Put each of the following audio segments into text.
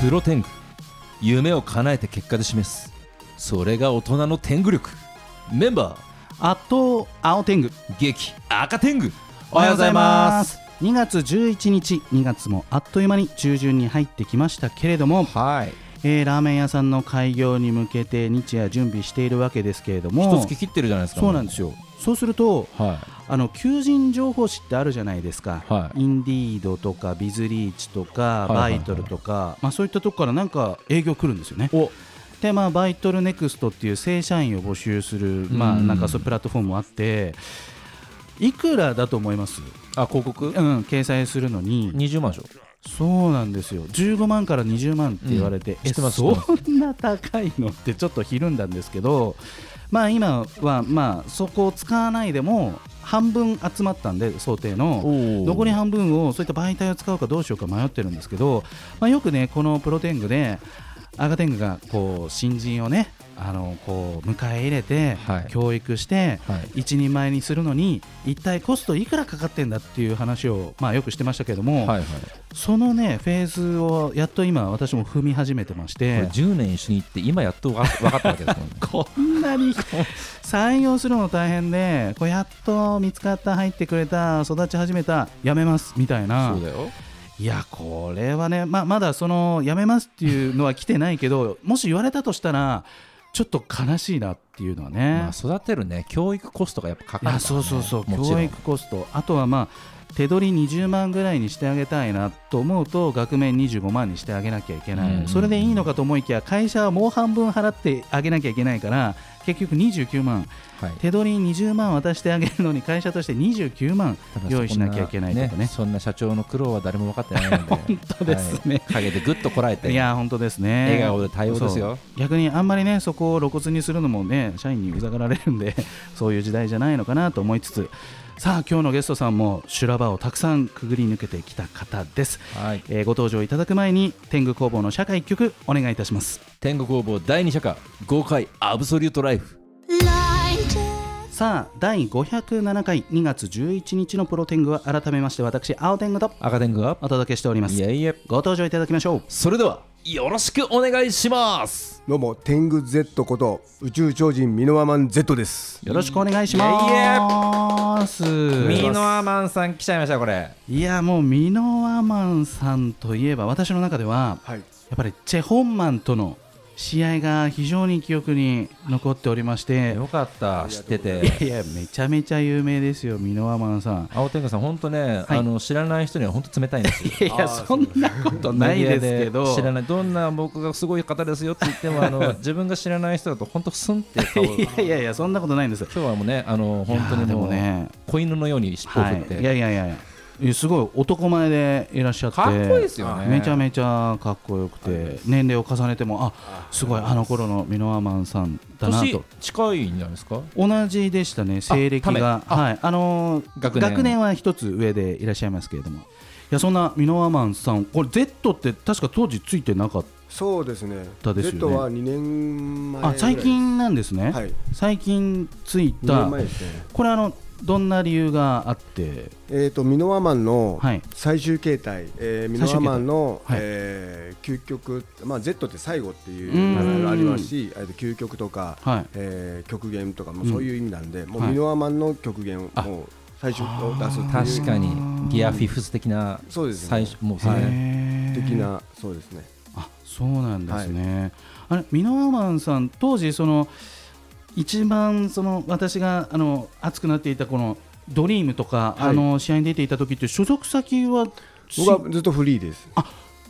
プロテング夢を叶えて結果で示すそれが大人の天狗力メンバあと青天狗ー激赤天狗おはようございます2月11日2月もあっという間に中旬に入ってきましたけれども、はいえーラーメン屋さんの開業に向けて日夜準備しているわけですけれども一月切ってるじゃないですかそうなんですすよそうするとはあの求人情報誌ってあるじゃないですか、はいインディードとかビズリーチとかいはバいはいイトルとか、まあ、そういったとこからなんか営業来るんですよねいおでまあ、バイトルネクストっていう正社員を募集する、まあ、うんなんかそういうプラットフォームもあっていくらだと思います、あ広告うん、掲載するのに20万でしょそうなんですよ15万から20万って言われて、うん知ってますそ知んな高いのってちょっとひるんだんですけど、まあ、今は、まあ、そこを使わないでも半分集まったんで想定の。お残りは半分をそういった媒体を使うかどうしようか迷ってるんですけど、まあ、よくねこのプロテングで赤テングがこう新人をねあのこう迎え入れてはい教育してはい一人前にするのに一体コストいくらかかってんだっていう話をまあよくしてましたけども、はいはいそのねフェーズをやっと今私も踏み始めてましこれて10年一緒に行って今やっとわ分かったわけですもんね こん なに採用するの大変でこうやっと見つかった入ってくれた育ち始めたやめますみたいな。そうだよいやこれはね、まあ、まだそのやめますっていうのは来てないけど もし言われたとしたらちょっと悲しいなっていうのはね、まあ育てるね教育コストがやっぱかかるいからやねそうそうそうもちろ教ん育コストあとはまあ手取り20万ぐらいにしてあげたいなと思うと額面25万にしてあげなきゃいけない、うんそれでいいのかと思いきや会社はもう半分払ってあげなきゃいけないから結局29万はい手取り20万渡してあげるのに会社として29万用意しなきゃいけないとかねそんな社長の苦労は誰も分かってないので本当ですねはい陰でぐっとこらえていや本当ですね笑顔で対応ですよそう逆にあんまりねそこを露骨にするのもね社員にうざがられるんで そういう時代じゃないのかなと思いつつさあ今日のゲストさんも修羅場をたくさんくぐり抜けてきた方です、はいえーご登場いただく前に天狗工房の社会一曲お願いいたします天狗工房第2社か豪快アブソリュートライフさあ第507回2月11日のプロ天狗は改めまして私青天狗と赤天狗がお届けしておりますいえいえご登場いただきましょうそれではよろしくお願いしますどうも天狗 Z こと宇宙超人ミノワマン Z ですよろしくお願いしますミノアマンさん来ちゃいましたこれいやもうミノアマンさんといえば私の中でははいやっぱりチェ・ホンマンとの試合が非常に記憶に残っておりましてよかった知っていてやいやめちゃめちゃ有名ですよミノアマンさん青天狗さん本当ねいあの知らない人には本当冷たいんですよい やいやそんなことないでメすけディアどで知らないどんな僕がすごい方ですよって言ってもあ の自分が知らない人だと本当スンって顔いや いやいやそんなことないんです今日はもうねあの本当にもういやーでもね子犬のように尻尾を振はっいて、いやいやいやいやいやすごい男前でいらっしゃってかっこいいですよねめちゃめちゃかっこよくて年齢を重ねてもあすごいあの頃のミノアマンさんだなと年近いんじゃないですか同じでしたね、西暦が、あはい、あのー学学年年は一つ上でいらっしゃいますけれども。いや、そんなミノワマンさん、これ Z って確か当時ついてなかっそうですねだですよね Z は2年前ぐた。らいあ、です最近なんですね。はい最近つい2た年。前ですねこれ、あの、どんな理由があって。えーとミノワマンのはい最終形態、えーミノワマンの、最終形態はいえー究極、まあ、Z って最後っていううん名前がありますしえーと究極とか、はいえー極限とかもうんそういう意味なんで、もうはいミノワマンの極限をもう最終を出すっていう確かにギアフィフス的なそうですね最初もうそれ、ねへー的。なそうですねあ、そうなんですね。あれ、ミノワマンさん、当時、その。一番、その、私が、あの、熱くなっていた、この。ドリームとか、はいあの試合に出ていた時って所属先は僕はずっとフリーです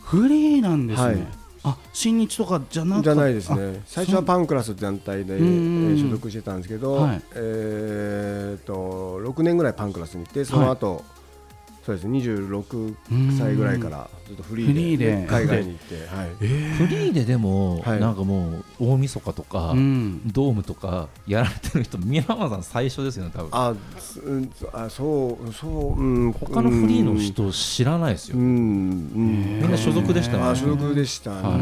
フリーなんですね、はいあ新日とかじゃなくじゃないですね最初はパンクラスって団体で、えうんうんうんー所属してたんですけど、はいえー、と6年ぐらいパンクラスに行ってその後、そうですね26歳ぐらいからずっとフリーでフリーで海外に行って、はいフリーででも、はいなんかもう大晦日とか、うんドームとかやられてる人宮浜さん最初ですよね多分あすうんあそうそう、うん、他のフリーの人知らないですうん、よ、うんみんな所属でしたあよ所ね属でしたね、はいう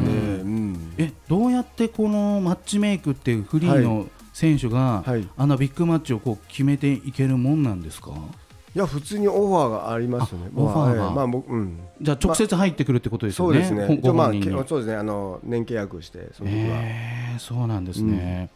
ん、えどうやってこのマッチメイクっていうフリーの選手が、はいあのビッグマッチをこう決めていけるもんなんですか、いいや普通にオファーがありますよねあオファーがまあええまあ僕うんじゃあ直接入ってくるってことですそようね、ですねほじゃごあまあ本人けに。そうですねあの年契約してその時は、えーそうなんですね、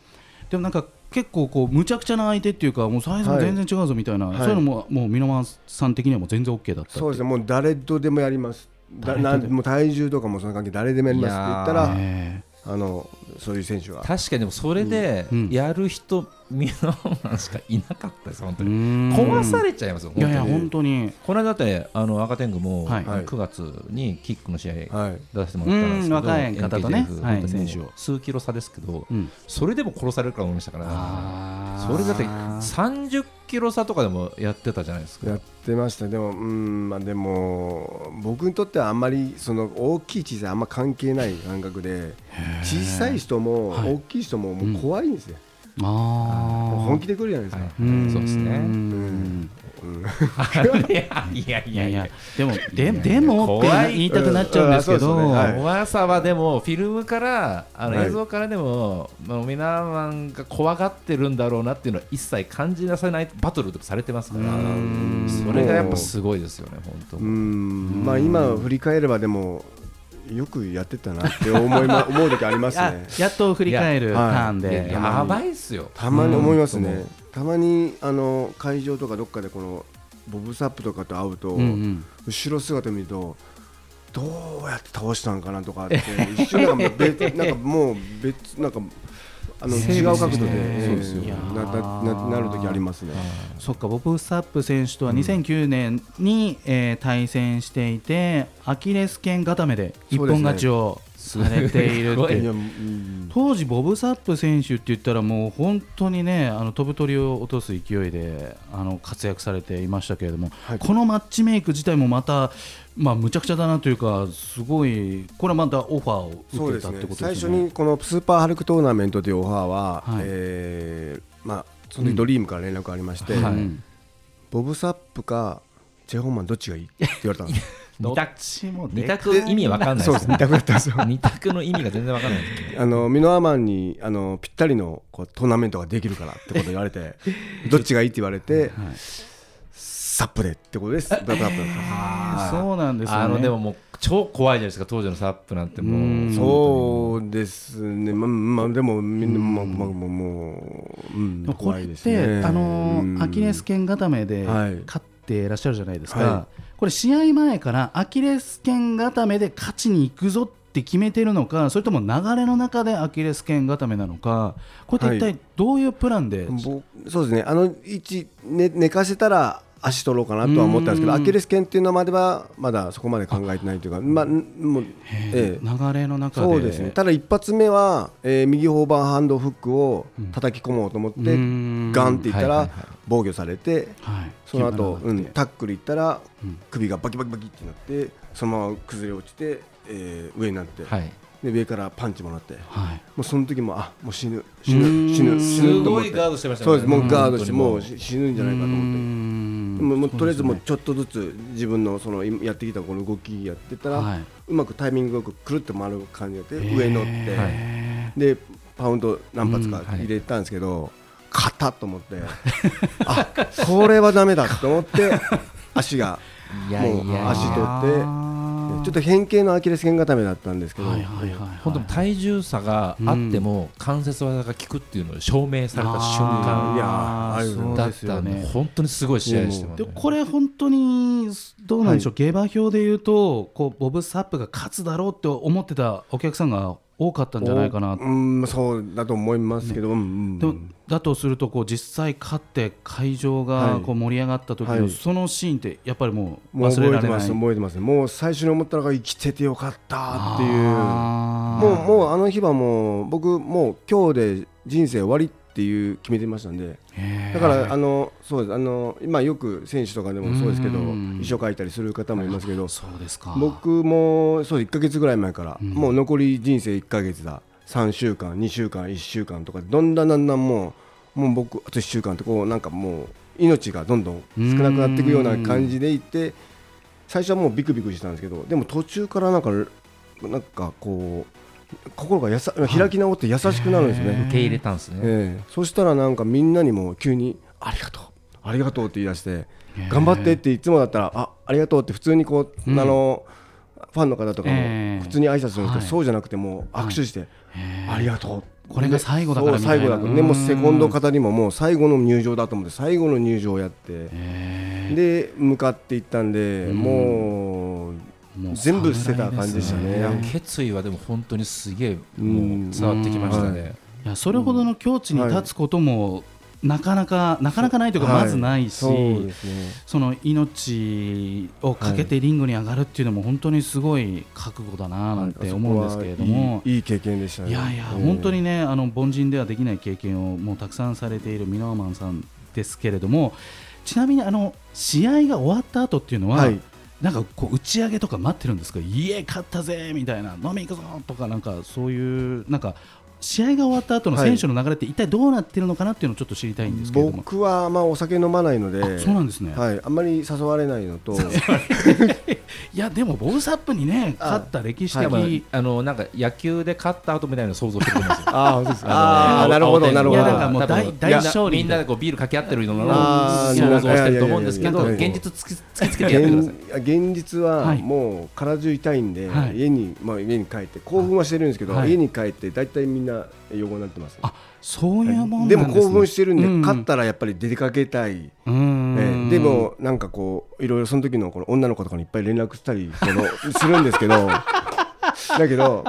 でもなんか結構こうむちゃくちゃな相手っていうかもうサイズも全然違うぞみたいな、はいそういうのももう箕輪さん的にはもう全然 OK だったっていそうですねもう誰とでもやりますだ誰とでなもんもう体重とかもその関係誰でもやりますって言ったら、いやーえあのそういう選手は確かにでもそれでうんうんやる人、ミノマンしかいなかったです、本当ーに。うん壊されちゃいますよ、い本当にやいや本当にこの間だってあの赤天狗もはい9月にキックの試合はい出してもらったんですけうんど、若い方と NKJF ねはい本当にもう選手を数キロ差ですけど、うんそれでも殺されるから思いましたから、あーそれだって30キロ差とかでもやってたじゃないです かや。ってましたでもうんまあでも僕にとってはあんまりその大きい小さいあんま関係ない感覚で小さい人もはい大きい人ももう怖いんですね、あー本気で来るじゃないですか、はうーんそうですねうんうんいやいやいいややいいやや、でも、でやでもって怖い言いたくなっちゃうんですけど、うんうんあそうですよねはい怖さはでも、フィルムから、あのはい映像からでも、まあ、皆さんが怖がってるんだろうなっていうのは一切感じなさないバトルとされてますから、それがやっぱすごいですよね、う本んまあ今振り返ればでもよくやってたなって思いま思う時ありますあねやっと振り返るいタやはいーン当。いやで、やばいっすよ。たまに思いますうねんたまにあの会場とかどっかでこのボブサップとかと会うと、うんうん後ろ姿見るとどうやって倒したんかなとかって一瞬なんか 別なんかもう別なんかあのセ違ーうブ角度でしてそうですよええななななる時ありますね。そっかボブ・サップ選手とは2009年に、えー対戦していてアキレス腱固めで一本勝ちをされているそっうてでいすうねいやうん当時ボブ・サップ選手って言ったらもう本当にねあの飛ぶ鳥を落とす勢いであの活躍されていましたけれども、はいこのマッチメイク自体もまた、まあ、むちゃくちゃだなというかすごいこれはまたオファーをそうで受けたすっねてこと最です初よね。にこのスーパーハルクトーナメントというオファーは、はいえーまあ、その時ドリームから連絡がありまして、はいうんボブ・サップかジェホンマンどっちがいいって言われたんです どっちも二でかい択意味わかんないそうでですすよねね。痛くなったんです よ二択の意味が全然わかんないですね。あのミノアマンにあのぴったりのこうトーナメントができるからってこと言われ てどっちがいいって言われて、サップでってことです サップだったんですそうなんですよね。あのでももう超怖いじゃないですか、当時のサップなんてもうんう。そうですねままあでもみんなもうもうもうもう、うんでもこ怖れっいて、ですねあのうんアキレス腱固めではい勝っていらっしゃるじゃないですか、はこれ、試合前からアキレス腱固めで勝ちに行くぞって決めてるのか、それとも流れの中でアキレス腱固めなのか、これって一は体どういうプランで、僕そうですねあの位置、ね、寝かせたら足取ろうかなとは思ったんですけどうアんキレス腱っていうのまではまだそこまで考えてないというかまあんもうええ流れの中で、そうですねただ一発目は、えー右ホーバーハンドフックを叩き込もうと思って、うんガンっていったら、はいはいは防御されてはい、その後、気う分ん、が上がってタックルいったら、首がバキバキバキってなってそのまま崩れ落ちて、えー上になって、はい。で上からパンチもらってもはい、うその時もあもう死ぬ死うんぬ死ぬ死すぬと思ごっていガードしてましたそうですもうガード本して当にもうし死ぬんじゃないかと思って。うんもうもうとりあえずもうちょっとずつ自分のその今やってきたこの動きやってたら、はいうまくタイミングよくくるって回る感じがあってへー上に乗って、でパウンド何発かうんはい入れたんですけど、硬っと思って あこれはだめだと思って 足がいやいやいやもう足取ってあーちょっと変形のアキレス腱固めだったんですけど、はいはいはいはい、本当に体重差があっても関節技が効くっていうのを証明された瞬あー間いやああいうのだったんで本当にすごい試合でしたもんでね。これ本当にどうなんでしょう、下馬評でいうとこうボブ・サップが勝つだろうって思ってたお客さんが多かったんじゃないかな、うんそうだと思いますけど、うんでもだとするとこう実際勝って会場はがいこう盛り上がった時はのいそのシーンってやっぱりもうもう忘れ覚えらてれない、ます覚えてますもう最初に思ったのが生きててよかったっていう。もうあもうあの日はもう僕もう今日で人生終わりっていう決めてましたんでーだからあのそうですあの今よく選手とかでもそうですけどうん遺書書いたりする方もいますけどそうですか僕もそう1ヶ月ぐらい前からんもう残り人生1ヶ月だ3週間2週間1週間とかどんだんだんだんもうもう僕あと1週間ってこうなんかもう命がどんどん少なくなっていくような感じでいって最初はもうビクビクしてたんですけどでも途中からなんかなんかこう心がやさ開き直って優しくなるんですね。受け入れたんですね。ええそしたらなんかみんなにも急にありがとうありがとうって言い出して頑張ってっていつもだったらあありがとうって普通にこう、うんあのファンの方とかええも普通に挨拶するんですけど、はいそうじゃなくてもう握手して、ありがとうこれが最後だからそう最後だとみたねいなもうセコンド方にももう最後の入場だと思って最後の入場をやってで向かっていったんで、もうもう全部捨てた感じでした侍ねいやです決意はでも本当にすげえうんもう伝わってきましたね。いやそれほどの境地に立つこともなかなか、なかなかないというかまずないし、はいそうですねその命をかけてリングに上がるっていうのも本当にすごい覚悟だななんて思うんですけれどそもこは。いいいい経験でしたねいやいや、うん本当にね、あの凡人ではできない経験をもうたくさんされているミノーマンさんですけれども、ちなみにあの試合が終わった後っていうのは、はいなんかこう打ち上げとか待ってるんですか、いえ、勝ったぜみたいな、飲み行くぞとか、なんかそういう、なんか試合が終わった後の選手の流れって、一体どうなってるのかなっていうのをちょっと知りたいんですけれども、僕はあんまお酒飲まないのであそうなんですね、はい、あんまり誘われないのと、い、や、でもボブサップにね、あ勝った歴史多的、分あのなんか野球で勝った後みたいなの想像してると思うんですよ。 ああ、そうですのあーなるほど、青な天るほど。のいやだからもう多分大大いや勝利みんなでこうビールかけ合ってるのをあ想ー像してると思うんですけどいやいやいやいや現実突き突きつけてやってくださ現い。現実ははいもう体中痛いんで、はい家にまあ家に帰って興奮はしてるんですけど、はい家に帰って大体みんな用語になってます、あそういうもんなんですねも興奮してるんで、うん勝ったらやっぱり出かけたい、うえんーでもなんかこういろいろその時のこの女の子とかにいっぱい連絡したりこの するんですけどだけど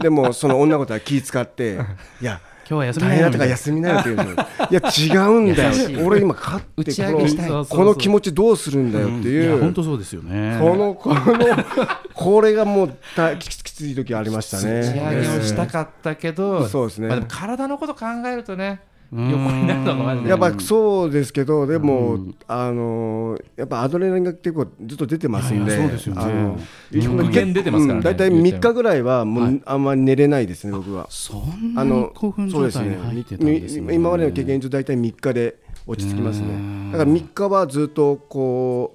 でもその女の子とは気使っていや今日は休み大だ変よだみとたかいな休みなよって言うんですよいや違うんだ優しいよ俺今勝っ打てちこ上げしたいのこの気持ちどうするんだよっていう、や本当そうですよねこのこのこれがもうたきつきつい時ありましたね。打ち上げをしたかったけど、そうですねまあでも体のこと考えるとね、う横んになるのがまずうんねやっぱそうですけどでも、うんあのやっぱアドレナリンが結構ずっと出てますんいでやいやそうですよねあの極限出てますからねうん大体3日ぐらいはもう、はいあんまり寝れないですね僕は。そんあなにの興奮そう状です態ねに入ってたんですねみ今までの経験上大体3日で落ち着きますうねんだから3日はずっとこ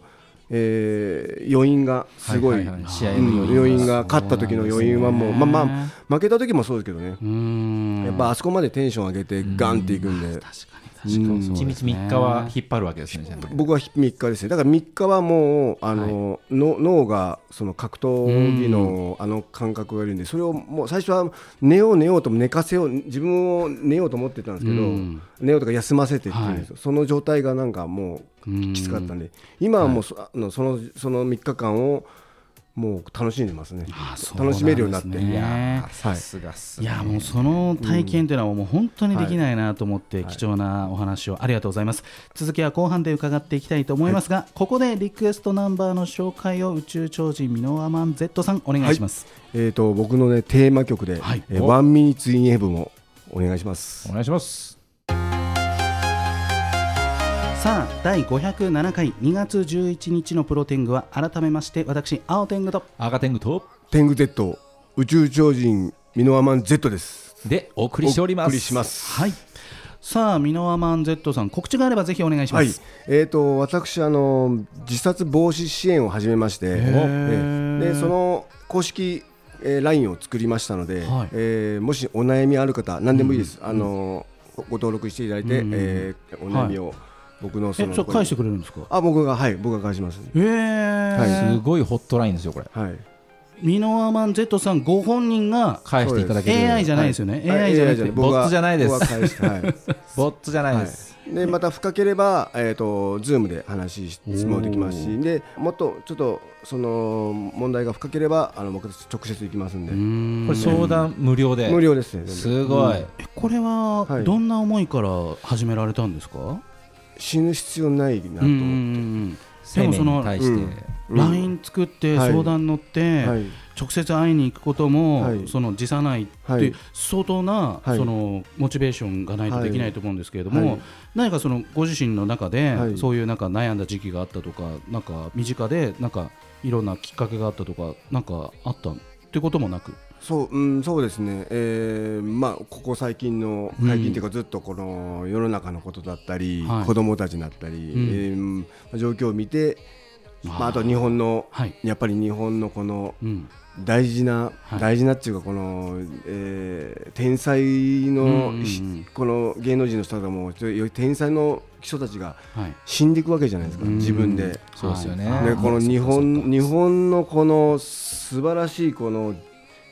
う、えー余韻がすごい,、ははは試合うんの余余韻韻が。が勝った時の余韻はもうまあまあ負けた時もそうですけどね、うんやっぱあそこまでテンション上げてガンっていくんで、確かに確かにそう一です日ね3日は引っ張るわけですね。じゃあね僕は3日ですねだから3日はもうあの、の脳がその格闘技のあの感覚がいるんでそれをもう最初は寝よう寝ようと寝かせよう自分を寝ようと思ってたんですけど、うん寝ようとか休ませてっていうんですよ、その状態がなんかもうんうきつかったんで今はもうそ,、あのそのその3日間をもう楽しんでますねあそうなん楽しめるようになって。ですねいやー、はさいすがっすいね。やもうその体験というのはもう本当にできないなと思って貴重なお話をありがとうございます続きは後半で伺っていきたいと思いますがここでリクエストナンバーの紹介を宇宙超人ミノアマン Z さんお願いしますえー、と僕の、ね、テーマ曲ではい「えーワンミニッツ・イン・ヘブン」をお願いしますお。願いします。さあ第507回2月11日のプロテングは改めまして私青天狗と赤天狗と天狗 Z 宇宙超人ミノアマン Z です。でお送りしております。お送りします。はいさあミノアマン Z さん告知があればぜひお願いしまはいす、、えー、と私あの、自殺防止支援を始めまして、えーでその公式、えー、LINE を作りましたので、はいえーもしお悩みある方、何でもいいです、あのごご登録していただいて、うんえーお悩みを、僕のそえのちょっと返してくれるんですかあ僕が、はい、僕が返します。すえーごいホットラインですよこれ。はいミノアマン Z さんご本人が返していただける。 AI じゃないですよね、は AI じゃなくて、ボットじゃないです僕が返して はいボットじゃないです。はい、でまた深ければ、えー、と Zoom で話しもできますしでもっとちょっとその問題が深ければあの僕たち直接行きますんで、うんこれ相談無料で。無料ですね全部すごい。えこれははいどんな思いから始められたんですか、死ぬ必要ないなと、うんうん生命に対してでも。うん LINE 作ってはい相談乗って、はい、直接会いに行くことも、はいその辞さないって、はい相当な、はいそのモチベーションがないとできないと思うんですけれども、はい何かそのご自身の中で、はいそういうなんか悩んだ時期があったとかなんか身近でなんかいろんなきっかけがあったとかなんかあったってこともなく、そう、うん、そうですね、えーまあ、ここ最近の、うん最近っていうか、ずっとこの世の中のことだったり、はい子供たちだったり、うんえーまあ状況を見て、まあ、あと日本の、はい、やっぱり日本のこのうん、大事な、はい大事なっていうかこの、えー天才の、うんうんうんしこの芸能人の人とかもちょい天才の人たちがはい死んでいくわけじゃないですか、うん自分で。そうですよねはいね、この日そうかそうか本日本のこの素晴らしいこの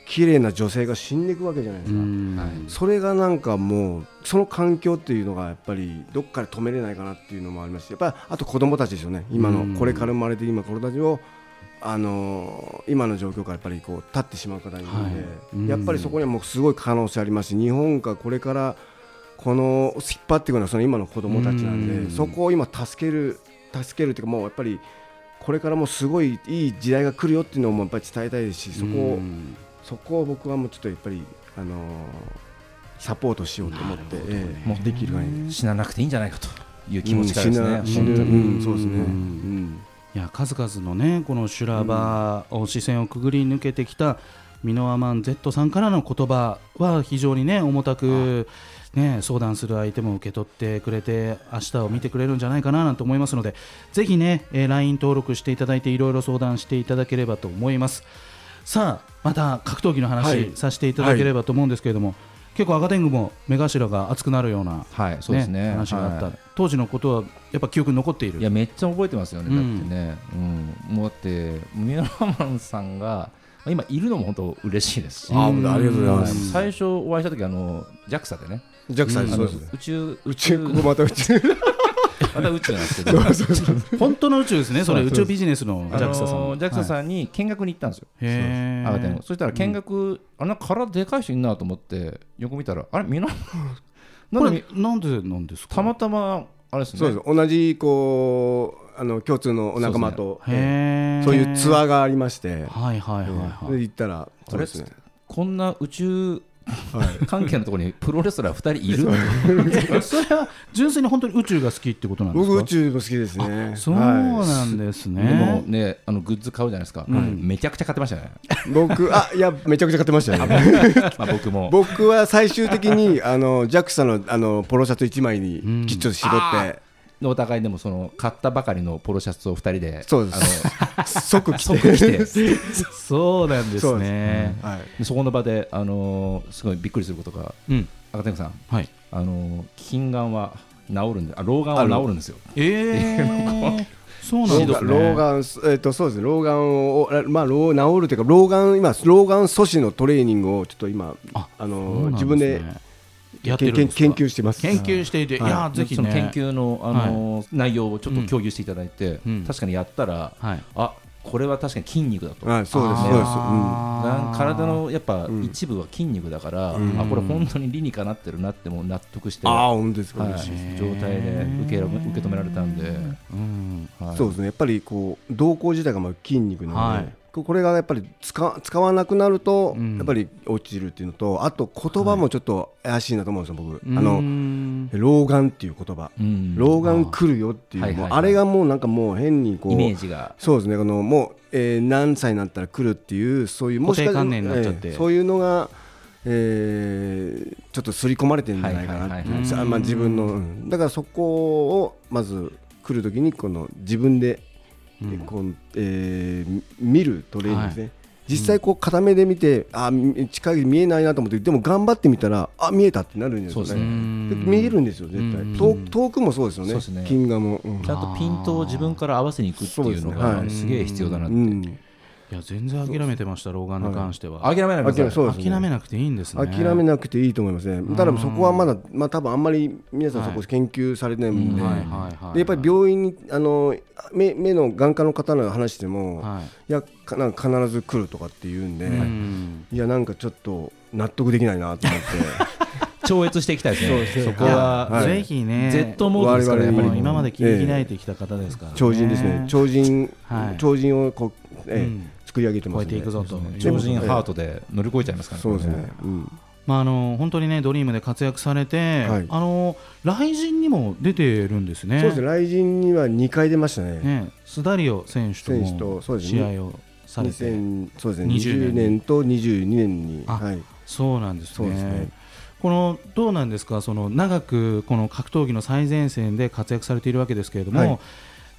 綺麗な女性が死んでいくわけじゃないでうすか、んはいそれがなんかもうその環境っていうのがやっぱりどっかで止めれないかなっていうのもありますしやっぱりあと子供たちですよね今うんのこれから生まれて今これたちをあのー今の状況からやっぱりこう立ってしまう方がいるので、はいうんやっぱりそこにはもうすごい可能性ありますし日本がこれからこの引っ張っていくのはその今の子供たちなんで、うんそこを今助ける助けるっていうかもうやっぱりこれからもうすごいいい時代が来るよっていうのもやっぱり伝えたいですしそこを、うんそこを僕はもうちょっとやっぱり、あのーサポートしようと思って、えもうできるうん死ななくていいんじゃないかというえ気持ちからですねうん死本ぬ死ぬ当にうんそうですね、ううんんいや数々のねこの修羅場を視線をくぐり抜けてきたミノアマン Z さんからの言葉は非常にね重たく、ね、相談する相手も受け取ってくれて明日を見てくれるんじゃないかななんて思いますのでぜひね、えー LINE 登録していただいていろいろ相談していただければと思いますさあまた格闘技のは話いさせていただければと思うんですけれども、結構赤天狗も目頭が熱くなるような、はいそうですね話があった、はい当時のことはやっぱ記憶に残っているいやめっちゃ覚えてますよね、うんだってね、うん、もうだってミノラマンさんがまあ今いるのも本当嬉しいですし、あありがとうございまうんす最初お会いした時あの JAXA でね、ジャックさんあそのうです宇宙宇宙ここまた宇宙また宇宙なんで すけど、本当の宇宙ですね、それそう宇ですそうで宙すビジネスのあ JAXA さん。の JAXA ん。さんに見学に行ったんですよ、へあがてんーのそしたら見学、あなんか体でかい人いんなと思って横見たらあれミ ノラマンこなんでれなんでなんですか。たまたまあれですねそうです同じこうあの共通のお仲間とそう,、へいうツー。アーがありまして、はいはいはいええはでい。行ったらそうですねこんな宇宙はい関係のところにプロレスラー2人いる え それは純粋に本当に宇宙が好きってことなんですか。僕宇宙も好きですねそうはなんですでもね。ねあのグッズ買うじゃないですか、んめちゃくちゃ買ってました ね、い、僕あいやめちゃくちゃ買ってましたよねまあ、僕も僕は最終的にあの JAXA のあのポロシャツ1枚にきっちり絞って、お互いでもその買ったばかりのポロシャツを2人でそうです即着あの即着 て そうなんですそうね。はい、でそこの場で、あのーすごいびっくりすることがうん。赤天狗さん、はい。あのー近眼は治るんであ老眼は治るんですよえ え。そうなん老です眼、ね。老眼えっと、そうですね、老眼を、あまあ、老治るというか、老眼、今、老眼阻止のトレーニングを、ちょっと今、ああそうの、なんすね自分で。やってるんけんですか研究してます。研究していて、いはいやーぜひその研ね。究の、あのー内容をちょっと共有していただいて、うん確かにやったら、はい。あこれは確かに筋肉だと、はい、そうです、あーそうです、なん体あのやっぱうん一部は筋肉だから、うんあこれ本当に理にかなってるなってもう納得して、うん。ああ、は本当ですか、い嬉しいです状態で受けら受け止められたんで、ー。うん。はいそうですね、やっぱり、こう、動向自体が、まあ、筋肉なので。はいここれがやっぱり使使わなくなるとうんやっぱり落ちるっていうのと、あと言葉もちょっと怪しいなと思うんですよ、僕、あうーのん老眼っていう言葉、うん老眼来るよっていう,、あーはいはいはいもうあれがもうなんかもう変にこうイメージがそうですね、このもう、えー何歳になったら来るっていう、そういう、も固定観念になっちゃってえーそういうのが、えーちょっと刷り込まれてるんじゃないかなってはいはいはいいはう、いあまあ、自分の、うんだからそこをまず来るときに、この自分で、うんこうえー見るトレーニングですね。実際こう片目で見て、あみ近い見えないなと思ってでも頑張ってみたらあ見えたってなるんですよねそうですねで見えるんですよ絶う対ん遠遠くもそうですよねそうですね金がも、うんちゃんとピントを自分から合わせにいくっていうのあーがそうですねはいすげえ必要だなって、うん、いや全然諦めてました老眼に関しては、諦めないでくださいそうですね諦めなくていいんですね諦めなくていいと思いますね、ただそこはまだ、まあ多分あんまり皆さん、そはこい研究されてないんで、はいはいはいでやっぱり病院にあの目目の眼科の方の話でも、はいい、やかなんか必ず来るとかって言うんで、うんいや、なんかちょっと納得できないなと思 って、超越していきたいですねそこいやは、はいぜひね Z モードですからやっぱ我りも々うに今まで切り開いてきた方ですから、ね超人ですね、超人、はい超人をこう、ええうん作り上げてま超えすねていくぞと超人ハートで乗り越えちゃいますからそうですね、うんまああの本当にねドリームで活躍されて、はいあの雷神にも出てるんですねそうですね、雷神には2回出ましたね、ねスダリオ選手と選手もとそうです試ね合をされて2000そうですね20 20年と22年に。あはいそうなんですそうね。ですねこのどうなんですか、その長くこの格闘技の最前線で活躍されているわけですけれども、はい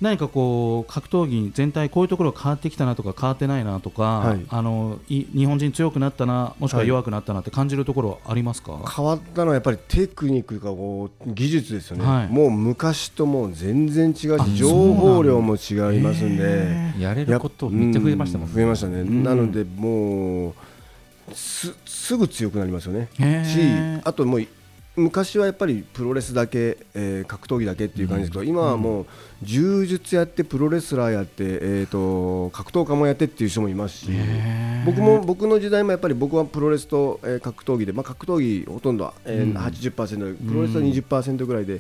何かこう格闘技全体こういうところ変わってきたなとか変わってないなとか、はいあのい日本人強くなったなもしくは弱くなったなって感じるところありますか、変わったのはやっぱりテクニックがこう技術ですよね、はいもう昔ともう全然違うあし情報量も違いますんでへやれやるっことめっちゃ増えましたもんうね増えましたね、んなのでもうすすぐ強くなりますよねへしーあともう昔はやっぱりプロレスだけ、えー格闘技だけっていう感じですけど、今はもう柔術やってプロレスラーやって、えー、と格闘家もやってっていう人もいますしへー僕も僕の時代もやっぱり僕はプロレスと、えー格闘技で、まあ、格闘技ほとんど、えーうん80%プロレスは20%ぐらいで。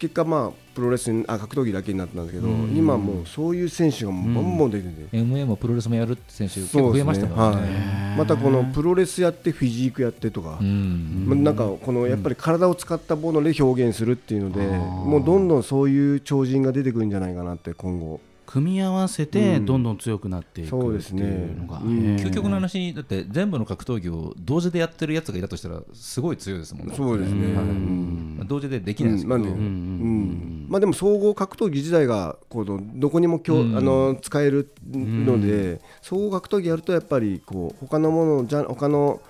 結果、まあ、プロレスにあ格闘技だけになったんですけど、うん今もうそういう選手がもうバンバン出てて、 MMA もプロレスもやるって選手結そう構で増すえましたもんね。はい、またこのプロレスやってフィジークやってとか、うんまなんかこのやっぱり体を使ったもので表現するっていうので、うんもうどんどんそういう超人が出てくるんじゃないかなって今後組み合わせてうんどんどん強くなっていくそうでっすねていうのが、うんへー究極の話だって全部の格闘技を同時でやってるやつがいたとしたらすごい強いですもんね。そうですねはいうんまあ同時でできないですけど、うんまあうんうねうんんまあ、でも総合格闘技自体がこのどこにもきょ、うんあの使えるので、総合格闘技やるとやっぱりこう他のものじゃ他の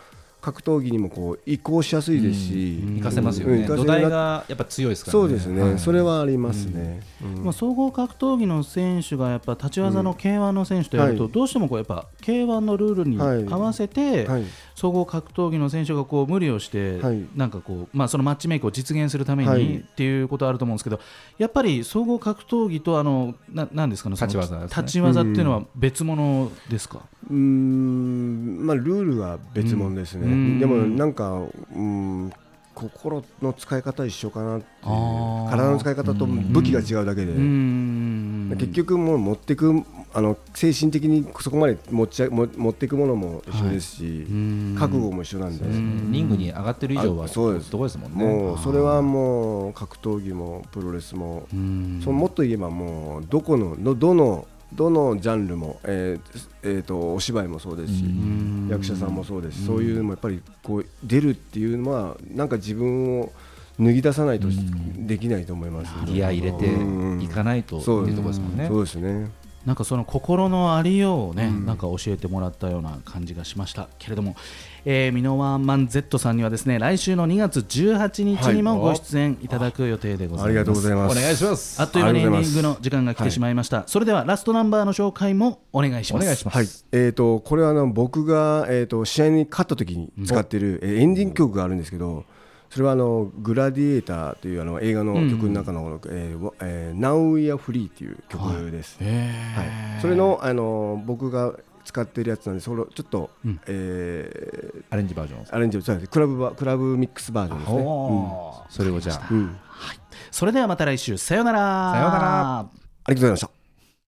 格闘技にもこう移行しやすいですし、うん活かせますよね、うん活かせ土るな台がやっぱ強いですからね。そうですね、はいそれはありますね。うんまあ、総合格闘技の選手がやっぱ立ち技の k 1の選手とやると、はいどうしてもこうやっぱ k 1のルールにはい合わせて、はい総合格闘技の選手がこう無理をして、はいなんかこうまあ、そのマッチメイクを実現するために、はいっていうことあると思うんですけどやっぱり総合格闘技とあのななんですかねその立ち技ですね立ち技っていうのは別物ですか、うーんまあ、ルールは別物ですね、うんでもなんか、うん、心の使い方一緒かなっていうあー体の使い方と武器が違うだけで、うーん結局もう持ってくあの精神的にそこまで持っちゃも持っていくものも一緒ですし、うん覚悟も一緒なんで、うんリングに上がってる以上はあそうですどこですもんね。もうそれはもう格闘技もプロレスもうーんそのもっと言えばもうどこののどのどのジャンルも、えーえーとお芝居もそうですし、うんうん役者さんもそうですし、そういうのもやっぱりこう出るっていうのはなんか自分を脱ぎ出さないとしできないと思います、ねギア入れていかないとっていうところですもんね。そうですねなんかその心のありようをね、なんか教えてもらったような感じがしましたけれども、えー、ミノワンマン Z さんにはですね来週の2月18日にもご出演いただく予定でございます。ありがとうございおます願いします。あっという間にエンデありがとうございまィンすグの時間が来てしまいました、それではラストナンバーの紹介もお願いしおます願いします。はいえー、とこれはあの僕が、えー、と試合に勝った時に使ってる、えーエンディング曲があるんですけどそれはあの「グラディエーター」というあの映画の曲の中の「えーわえー Now We Are Free」という曲です、へそれのあの僕が使ってるやつなんでそれをちょっと、えーアレンジバージョン。アレンジをそうですクラブバクラブミックスバージョンですね。おーそれをじゃあう。ん、ありーそれではまた来週さようならさようならがとうございました。